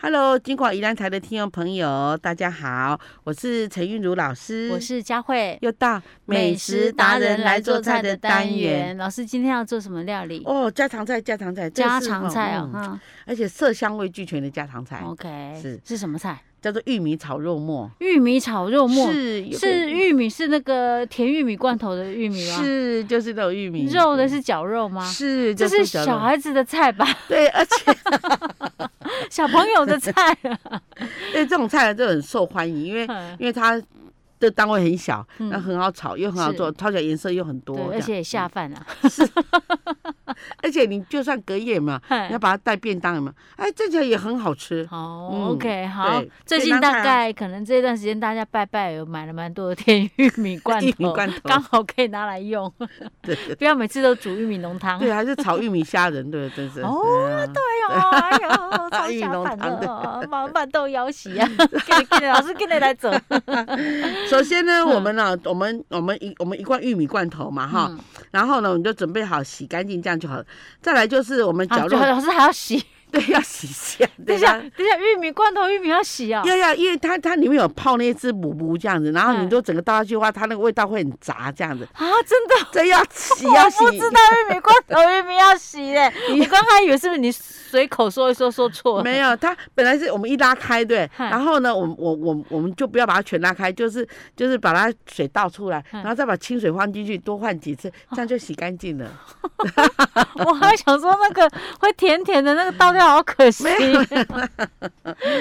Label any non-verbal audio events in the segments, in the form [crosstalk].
Hello，金广宜兰台的听众朋友，大家好，我是陈韵如老师，我是佳慧。又到嗯美食达人来做菜的单元。，老师今天要做什么料理？哦，家常菜，家常菜，这家是常菜哦哦，嗯哈哦而且色香味俱全的家常菜， ，OK，是是什么菜？叫做玉米炒肉末。玉米炒肉末，是有是玉米是那个甜玉米罐头的玉米吗？是就是那种玉米嗯肉的是绞肉吗？是，这就是小小孩子的菜吧， [laughs] 对，而且小朋友的菜。啊 [laughs] 对这种菜就很受欢迎，因为嗯因为它的单位很小，嗯那很好炒，又很好做，是炒起来颜色又很多，对，这而样嗯且也下饭啊。而且你就算隔夜嘛，嗨你要把它带便当嘛，哎，这家也很好吃。 [laughs] 好、嗯 o k 好对。最便近当菜大啊概可能这段时间大家拜拜有买了蛮多的 [laughs] 甜玉米罐 [laughs] 玉米头，罐头刚好可以拿来用， [laughs] 对对不要每次都煮玉米浓汤。 [laughs] 对，还是炒玉米虾仁，对，真是。哦嗯， [laughs] 哎呦，哎呦，超玉米下浓饭汤的哦，麻烦豆腰席 [laughs] 啊！给你给你老师给你来走。首先呢，嗯我们呢，我们我们一我们一罐玉米罐头嘛，哈，嗯然后呢，我们就准备好洗干净，这样就好了。再来就是我们啊，绞肉就，老师还要洗， [laughs] 对，要洗一下， [laughs] 等一对下，吧？等一下，玉米罐头玉米要洗啊。要要，因为它它里面有泡那只补补这样子，然后嗯你就整个倒下去的话，它那个味道会很杂这样 [laughs] 子。啊，真的，这要洗要我洗不，知道玉米罐头玉米要洗 [laughs] 嘞。我刚刚以为是不是你随口说一说说错了？没有，它本来是我们一拉开， [laughs] 对，嗨然后呢，我们我我我们就不要把它全拉开，就是就是把它水倒出来，嗯然后再把清水放进去，多换几 [laughs] 次，这样就洗干净了。我还想说那个会甜甜的那个倒掉好可惜。哦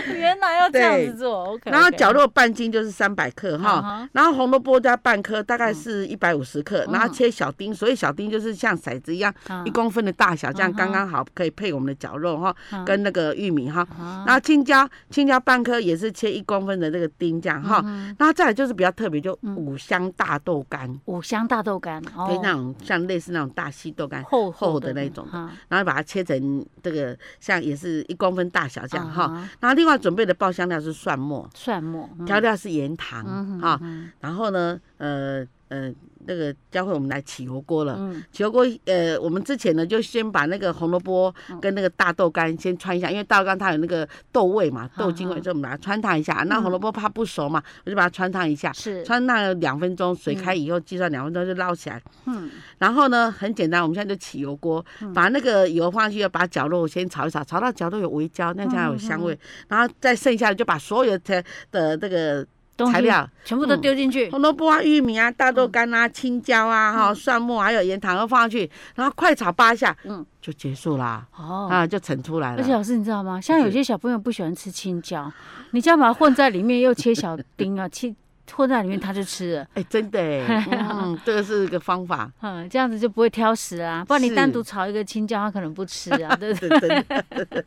原来要这样子做，OK。然后绞肉半斤就是三百克哈。哈，然后红萝卜加半颗，大概是一百五十克，嗯嗯然后切小丁，所以小丁就是像骰子一样，嗯一公分的大小，这样嗯哼刚刚好可以配我们的绞肉哈，嗯跟那个玉米哈。啊然后青椒，青椒半颗也是切一公分的这个丁这样哈。嗯然后再来就是比较特别，就五香大豆干，五香大豆干，哦对，那种像类似那种大西豆干，厚厚的的那种的啊然后把它切成这个像也是一公分大小这样啊哈。哈然后另外准备的爆香料是蒜末，蒜末，嗯调料是盐糖嗯哈。嗯然后呢，呃呃，那个教会我们来起油锅了。嗯，起油锅，呃，我们之前呢就先把那个红萝卜嗯跟那个大豆干先穿一下，因为大豆干它有那个豆味嘛，豆精味，嗯所以我们把它穿烫一下。那红萝卜怕不熟嘛，我就把它穿烫一下，是，穿烫了两分钟，水开以后计算两分钟就捞起来。嗯然后呢，很简单，我们现在就起油锅，把那个油放进去，把绞肉先炒一炒，炒到绞肉有微焦，那才有嗯香味。然后再剩下的就把所有的的这个东材西料，全部都嗯丢进去，红萝卜啊、玉米啊、大豆干啊、青椒嗯啊、哈、蒜末还有盐糖都放上去，然后快炒八下，嗯嗯，就结束啦，哦。啊，就盛出来而且了。老师，你知道吗？像有是些小朋友不喜欢吃青椒，你这样把它混在里面，又切小丁啊，切混在里面他就吃了。哎，真 [laughs] 的哎，嗯，这个是一个方法，嗯，这样子就不会挑食啊，不然你是单独炒一个青椒，他可能不吃啊，对不对，对？真的，真的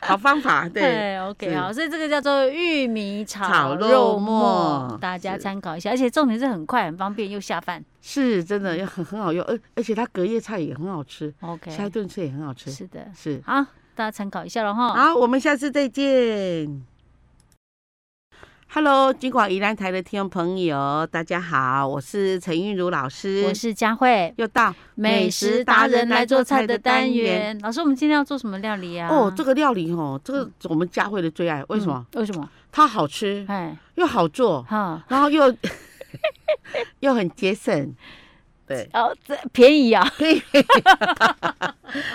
好方法， [laughs] 对，对，OK，是好，所以这个叫做玉米炒炒肉肉末末，大家是参考一下，而且重点是很快、很方便又下饭。是真的，也很很好用，而而且它隔夜菜也很好吃，下一 OK，顿吃也很好吃，是的，是。好，大家参考一下了哈。好，我们下次再见。Hello，金广宜兰台的听众朋友，大家好，我是陈韵如老师，我是佳慧，又到美食达人来做菜的单。元。老师，我们今天要做什么料理啊？哦，这个料理哦，这个我们佳慧的最爱，为什么？嗯？为什么？它好吃哎，又好做，哈，然后又又很节省。对， [laughs] 哦，这便宜啊，可以，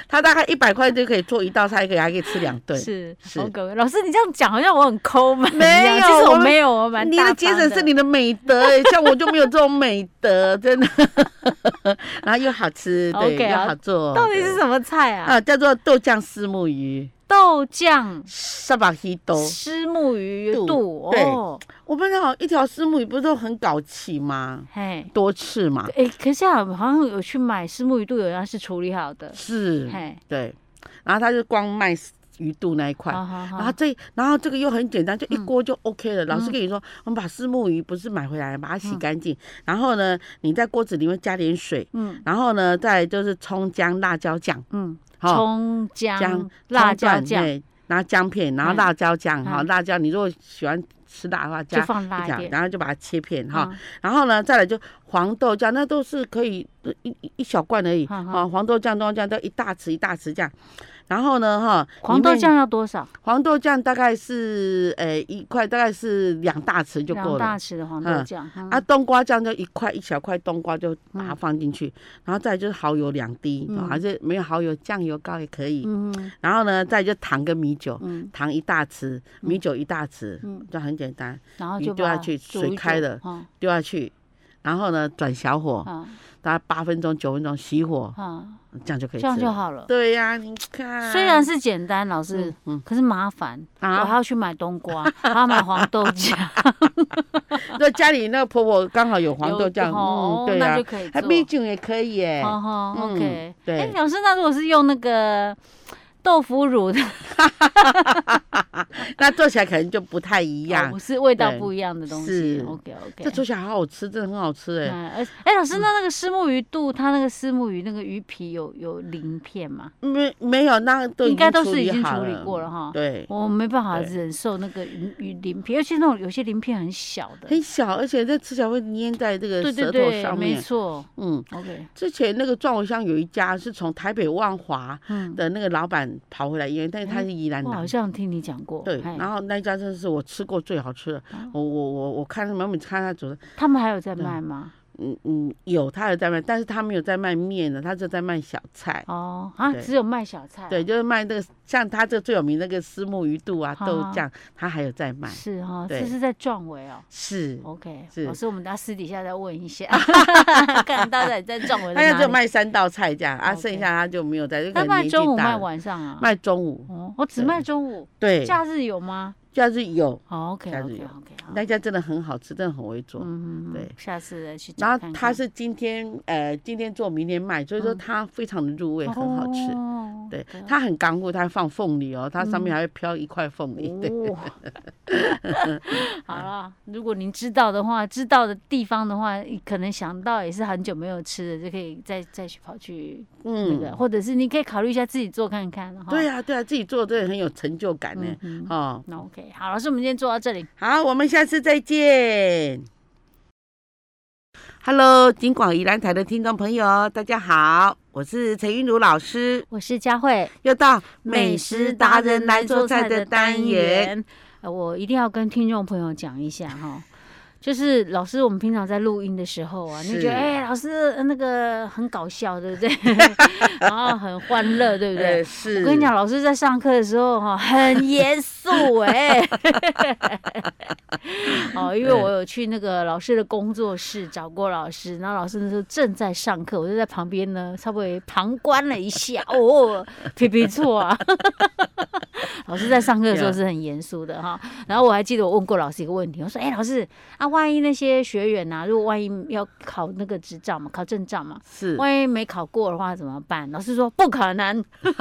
它大概一百块就可以做一道菜，可以还可以吃两顿。是是 OK。老师，你这样讲好像我很抠门一样，没有其实我我们没有，我蛮你大的方节省是你的美德、欸，像我就没有这种美德， [laughs] 真的。然后又好吃，对 OK，又好好做。到底是对什么菜啊？啊？叫做豆酱丝木鱼，豆酱沙巴希豆。虱目鱼肚肚对哦，我们那一条丝木鱼不是都很搞气吗？嘿，多刺嘛，哎，可是啊，好像有去买虱目鱼肚，有人是处理好的，是，嘿，对。然后他就光卖鱼肚那一块。好好然后好，这，然后这个又很简嗯单，就一锅就 OK 了。老师跟你说，我们把丝木鱼不是买回来，把它洗干净，然后呢，你在锅子里面加点水，嗯然后呢，再就是葱姜辣椒酱，嗯，好葱姜姜、辣葱段椒酱对，然后哎姜片，然后嗯辣椒酱哈，嗯辣椒你如果喜欢吃辣的话，就加放辣一一条，点，然后就把它切片哈。嗯然后呢，再来就黄豆酱，那都是可以一一一小罐而已嗯嗯啊，黄豆酱、豆瓣酱都一大匙一大匙这样。然后呢，哈，黄里豆面酱要多少？黄豆酱大概是呃一块，大概是两大匙就两够大了。匙的黄嗯豆酱。嗯啊，冬瓜酱就一块一小块冬瓜就把它放进去，然后再就是蚝油两滴，哦嗯还是没有蚝油酱油膏也可以。嗯然后呢，再就糖跟米酒，嗯，糖一大匙，米酒一大匙，嗯就很简单，然后你就丢下把它去煮水一开煮了。嗯丢下去，然后呢转小火，啊大概八分钟九分钟熄火，啊，这样就可这以吃。样就。好了。对呀、你看，虽然是简单，老师嗯，嗯可是麻烦，我还啊，要去买冬瓜，还要买黄豆酱，那家里那个婆婆刚好有 [laughs] 黄有豆酱，嗯，哦对那呀就、可以还蜜做。酒也可以耶。哦吼，OK。对哎，老师，那如果是用那个豆腐乳的，那做起来可能就不太一样。哦是味道对 [laughs] 不一样的东西是。 OK 这 OK。做起来好好吃，真的很好吃哎。哎，而哎，老师，那那个虱目鱼肚，它那个虱目鱼那个鱼皮有有鳞片吗？没没有，那都嗯应该都是已已经经处处理过了。了哈。对，我没办法对忍受那个鳞鱼鳞片，尤其那种有些鳞片很小的。很小，而且这吃起来会粘在这个对对舌头对，上没面。错。嗯， [laughs] OK，之前那个壮围乡有一家是从台北万华嗯，的那个老板跑回来，因为但是他是宜兰我哎好人。像哎听你讲过。对，嘿然后那一家真的是我吃过最好吃的。哦我我我我看他们每次看他煮的，他们还有在卖吗？嗯嗯，有他有在卖，但是他没有在卖面的，他就在卖小菜。哦，啊，对只有卖小菜啊。对，就是卖那个像他这最有名那个虱目鱼肚啊、好豆好酱，他还有在卖。是哈，对这是在壮围哦。是， OK，是老师，我们等下私底下再问一 [laughs] 下，看到底在壮围他现在在就哪里。卖三道菜这样啊， OK 剩下他就没有在，就可那能年卖纪中午大卖了晚上啊？卖中午，哦，我只对卖中午，对，假日有吗？假日有好，OK 假日 OK 有 OK，好，那家真的很好吃，真的很会做。嗯，嗯嗯对下次再去找然后看他看。是今天呃今天做明天卖，所以说嗯它非常的入味，很好吃。哦对对，它很干货，它还放凤梨哦，它上面还会飘一块凤梨。对， [laughs] 哦，好了，如果您知道的话，知道的地方的话，可能想到也是很久没有吃的，就可以再再去跑去那个，嗯，或者是你可以考虑一下自己做看看哈。对啊呀、对呀、自己做真的很有成就感呢嗯。嗯，哦，那 OK，好，老师，我们今天做到这里。好，我们下次再见。Hello，金广宜兰台的听众朋友，大家好，我是陈韵如老师，我是佳慧，又到美食达人来做菜的单元。。呃，我一定要跟听众朋友讲一下哈。就是老师，我们平常在录音的时候啊，你是觉得哎、老师呃那个很搞笑，对 [laughs] 不对？然后很欢乐，对不对呃？是，我跟你讲，老师在上课的时候哈，很严肃哎。 [laughs] 哦，因为我有去那个老师的工作室找过老师，然后老师那时候正在上课，我就在旁边呢，稍微旁观了一下。哦，皮皮错啊！ [laughs] 老师在上课的时候 Yeah 是很严肃的哈。然后我还记得我问过老师一个问题，我说：“哎、老师啊，万一那些学员呐、如果万一要考那个执照嘛，考证照嘛，是万一没考过的话怎么办？老师说不可能， [laughs] 这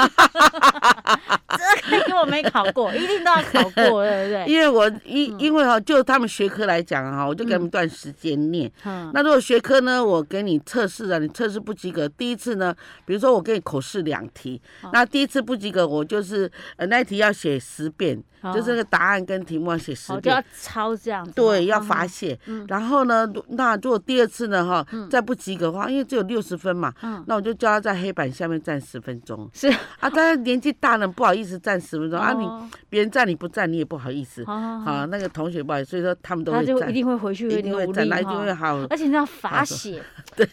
个我没考过，一定都要考过， [laughs] 对不对？因为我因因为哈，就他们学科来讲哈，我就给他们一段时间念。嗯，那如果学科呢，我给你测试啊，你测试不及格，第一次呢，比如说我给你口试两题，哦那第一次不及格，我就是呃那一题要写十遍，哦就是那个答案跟题目要写十我就要哦遍。抄这样子，嗯对，要发罚写。然后呢，如那如果第二次呢，哈，再不及格的话，因为只有六十分嘛，嗯那我就叫他在黑板下面站十分 [laughs] 钟。是啊，当然年纪大了不好意思站十分钟啊，你哦别人站你不站，你也不好意思。好好好啊，那个同学不好意思，所以说他们都他会就站，一定会回去一定会努站，力那一定会哈。好。而且你知道罚 [laughs] 写，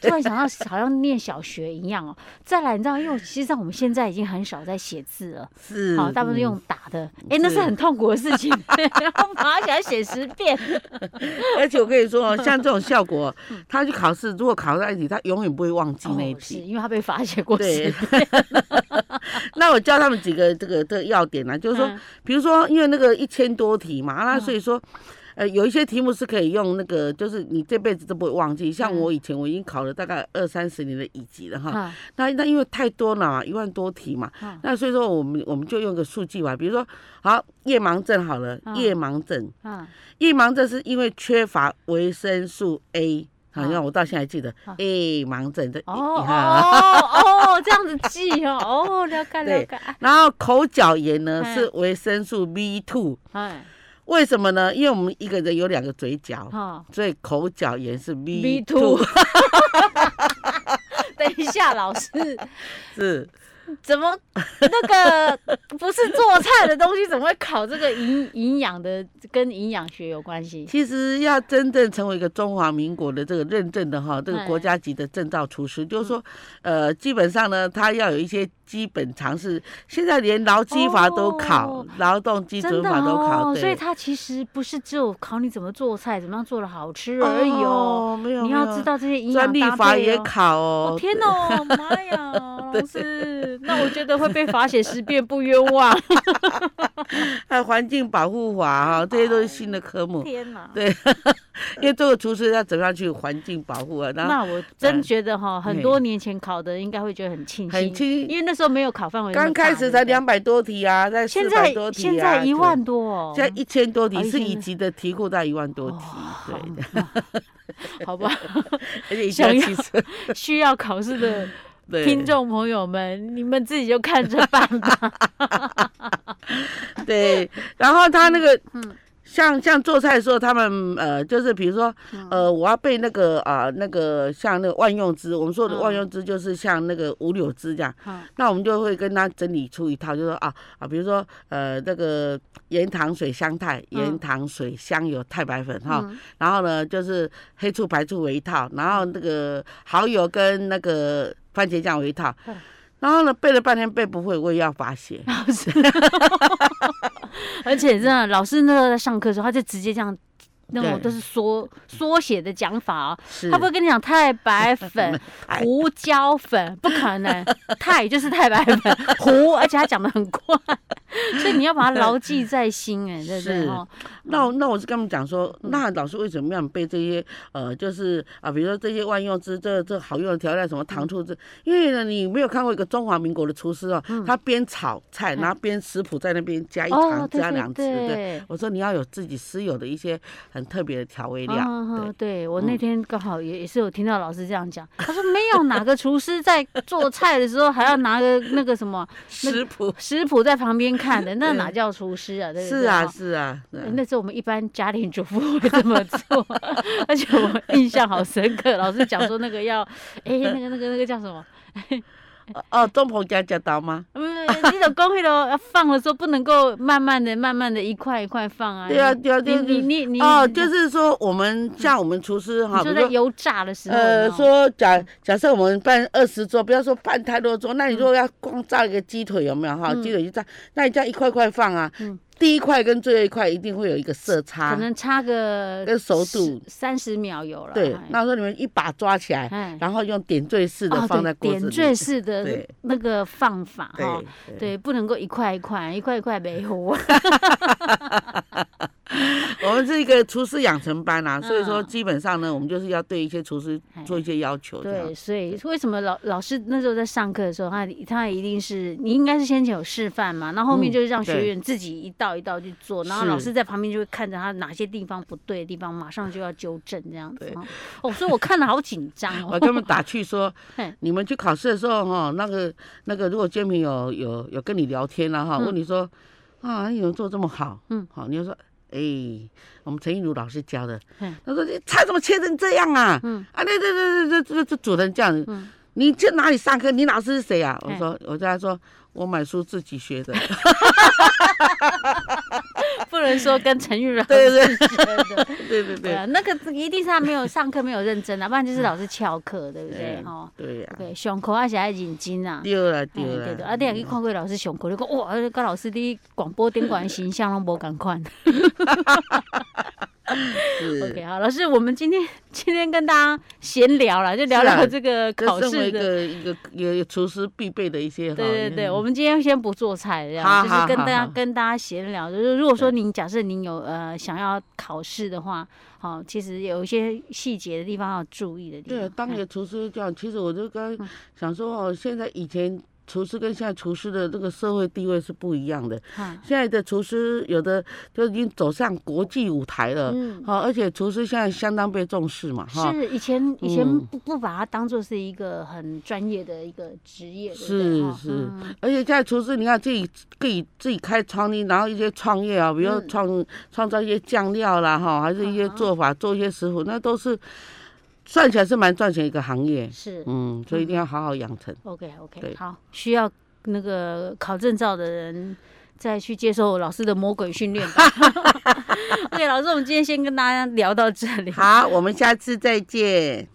突然想到好像念小学一样哦。再来，你知道，因为其实上我们现在已经很少在写字了，是，好，大部分嗯用打的。哎，那是是很痛苦的事 [laughs] 情， [laughs] 然后罚起来写十遍。 [laughs] 而且我跟你说 [laughs] 哦，像这种效果，他去考试，如果考上一题，他永远不会忘记那一嗯哦，是题。因为他被罚写过对 [laughs] 十， [laughs] 那我教他们几个这个这个要点呢、就是说，嗯比如说，因为那个一千多题嘛，那所以说。呃，有一些题目是可以用那个，就是你这辈子都不会忘记。像嗯我以前我已经考了大概二三十年的乙级了哈，啊那那因为太多了嘛，一万多题嘛，嗯那所以说我们我们就用个数据吧，比如说好夜盲症好了，嗯夜盲症，啊夜盲症是因为缺乏维生素 A。好嗯像我到现在还记得嗯 A 盲症的，哦哈哦哦，这样子记哦，哦，了解了啊对解，然后口角炎呢嗯是维生素 B two，哎，为什么呢？因为我们一个人有两个嘴角， [laughs] 好所以口角炎是 B [laughs] ，B two two，等一下，老师，是怎么那个不是做菜的东西，怎么会考这个营营养的跟营养学有关系？其实要真正成为一个中华民国的这个认证的哈，这个哎国家级的证照厨师，就是说，嗯呃，基本上呢，他要有一些基本常识。现在连劳基法都考哦，劳动基真准的法都考，哦，所以对。它其实不是只有考你怎么做菜，怎么样做的好吃而已哦，哦。没有，你没要有知道这些营养专利搭法配也哦考哦哦。[laughs] 天哪，妈呀，老师，那我觉得会被罚写十遍不冤 [laughs] 枉。还有环境保护法哦哈，这些都是新的科目。天哪，对因为做个厨师要怎么样去环境保护啊？然后那我真嗯觉得哈，很多年前考的应该会觉得很庆哎很幸，轻，因为那时候没有考范围那么刚大。开始对才不对两百多题啊，在现四百在多题啊，现在一对万多哦，现在一千多题、哦一是千乙多级的题库，在一万多题，对的，对，嗯 [laughs] 好吧，而且一想下其要实需要考试的对听众朋友们，你们自己就看着办 [laughs] 吧。 [laughs] 对，然后他那个嗯像像做菜的时候，他们呃，就是比如说嗯呃，我要备那个啊、那个像那个万用汁，我们说的万嗯用汁就是像那个五柳汁这样，嗯那我们就会跟他整理出一套，就说啊啊，比如说呃那个盐糖水香菜、盐嗯糖水香油太白粉哈，嗯 [laughs] 然后呢就是黑醋白醋为一套，然后那个蚝油跟那个番茄酱为一套嗯。啊然后呢，背了半天背不会，我也要罚写。老师，而且真的，老师那时候在上课的时候，他就直接这样。那种对都是缩缩写的讲法啊，是，他不会跟你讲太白粉 [laughs] 哎、胡椒粉，不可 [laughs] 能，太就是太白粉，胡，而且他讲的很快，所以你要把它牢记在心，哎，对不对？是哦，那我那我是跟他们讲说，嗯那老师为什么要你背这些呃，就是啊，比如说这些万用之，这这好用的调料，什么嗯糖醋汁，因为呢，你没有看过一个中华民国的厨师哦，他边炒菜，然后边食谱在那边加一嗯哦糖，对加对两匙，对。对，我说你要有自己私有的一些很特别的调味料，嗯对，对我那天刚好也也是有听到老师这样讲，他说没有哪个厨师在做菜的时候还要拿个那个什么食谱食谱在旁边看的，那对哪叫厨师啊？对不对？是啊哈是啊，是啊欸那时候我们一般家庭主妇会这么做，而且我印象好深刻。老师讲说那个要，哎、那个那个那个叫什么？哦哦，中鹏加加刀吗？嗯，你种工会咯，要放的时候不能够慢慢的、慢慢的一块一块放啊。对啊你对啊对啊你你你哦，你就是说我们像我们厨师哈，你比说如在说油炸的时候，呃，有没有说假假设我们办二十桌，不要说办太多桌，那你如果要光炸一个鸡腿，有没有哈？嗯鸡腿就炸，那你这样一块块放啊，嗯第一块跟最后一块一定会有一个色可差，能差个跟熟度。三十秒有了。对哎，那说你们一把抓起来，哎然后用点缀式的哦放对在锅子点里。缀式的对那个放法对哈。对，不能够一块一块，一块一块没糊。我们是一个厨师养成班啊，所以说嗯哎基本上呢，我们就是要对一些厨师做一些要求。这样对，所以为什么老老师那时候在上课的时候，他他一定是你应该是先前有示范嘛，然后后面嗯就是让学对员自己一道一道去做，然后老是师在旁边就会看着他哪些地方不对的地方，马上就要纠正这样子对哦。哦，所以我看了好紧张我 [laughs] 哦。跟他们打趣说嘿，你们去考试的时候哈，那个那个，如果煎饼有有有跟你聊天了、哈，嗯问你说啊，你怎么做这么好？嗯嗯，好，你就说。哎、我们陈映如老师教的嗯，他说：“这哎菜怎么切成这样啊？嗯啊，那那那那那这煮成这样，嗯你去哪里上课？你老师是谁啊？”我哎说：“我跟他说，我买书自己学的。不能说跟陈玉 [laughs] 然对 [laughs] 对对对对对对啊，那个一定是他没有上课没有认真啊，不然就是老师翘课，对不对？嗯哦，对呀、对，胸口啊，是爱认真啊。丢了哎丢对对，了，啊，你也去看过老师上课，你讲哇， [laughs] 跟老师的广播顶管形象拢无共款。 [laughs] 是 OK，好，老师，我们今天 [laughs] 今天跟大家闲聊了，就聊是啊聊这个考这身为试一的。个一个也有厨师必备的一些哈，对对对，嗯我们今天先不做菜，这样好就是好跟好大家好跟大家闲聊。就是如果说您假设您有呃想要考试的话，好，其实有一些细节的地方要注意的地方。对，当哎嗯年厨师就这样，其实我就刚想说哦，现在以前厨师跟现在厨师的这个社会地位是不一样的。啊现在的厨师有的就已经走上国际舞台了，哦嗯，好、而且厨师现在相当被重视嘛，哈。是以前以前嗯不不把它当做是一个很专业的一个职业，对不对是哈是嗯而且现在厨师，你看自己自己自己开创意，然后一些创业啊，比如说嗯创、创造一些酱料啦，哈，还是一些啊哈做法，做一些食谱，那都是算起来是蛮赚钱一个行业。是嗯，所以一定要好好养成。 ，OK OK，嗯对好，需要那个考证照的人再去接受老师的魔鬼训练吧。OK，老师，我们今天先跟大家聊到这里。好，我们下次再见。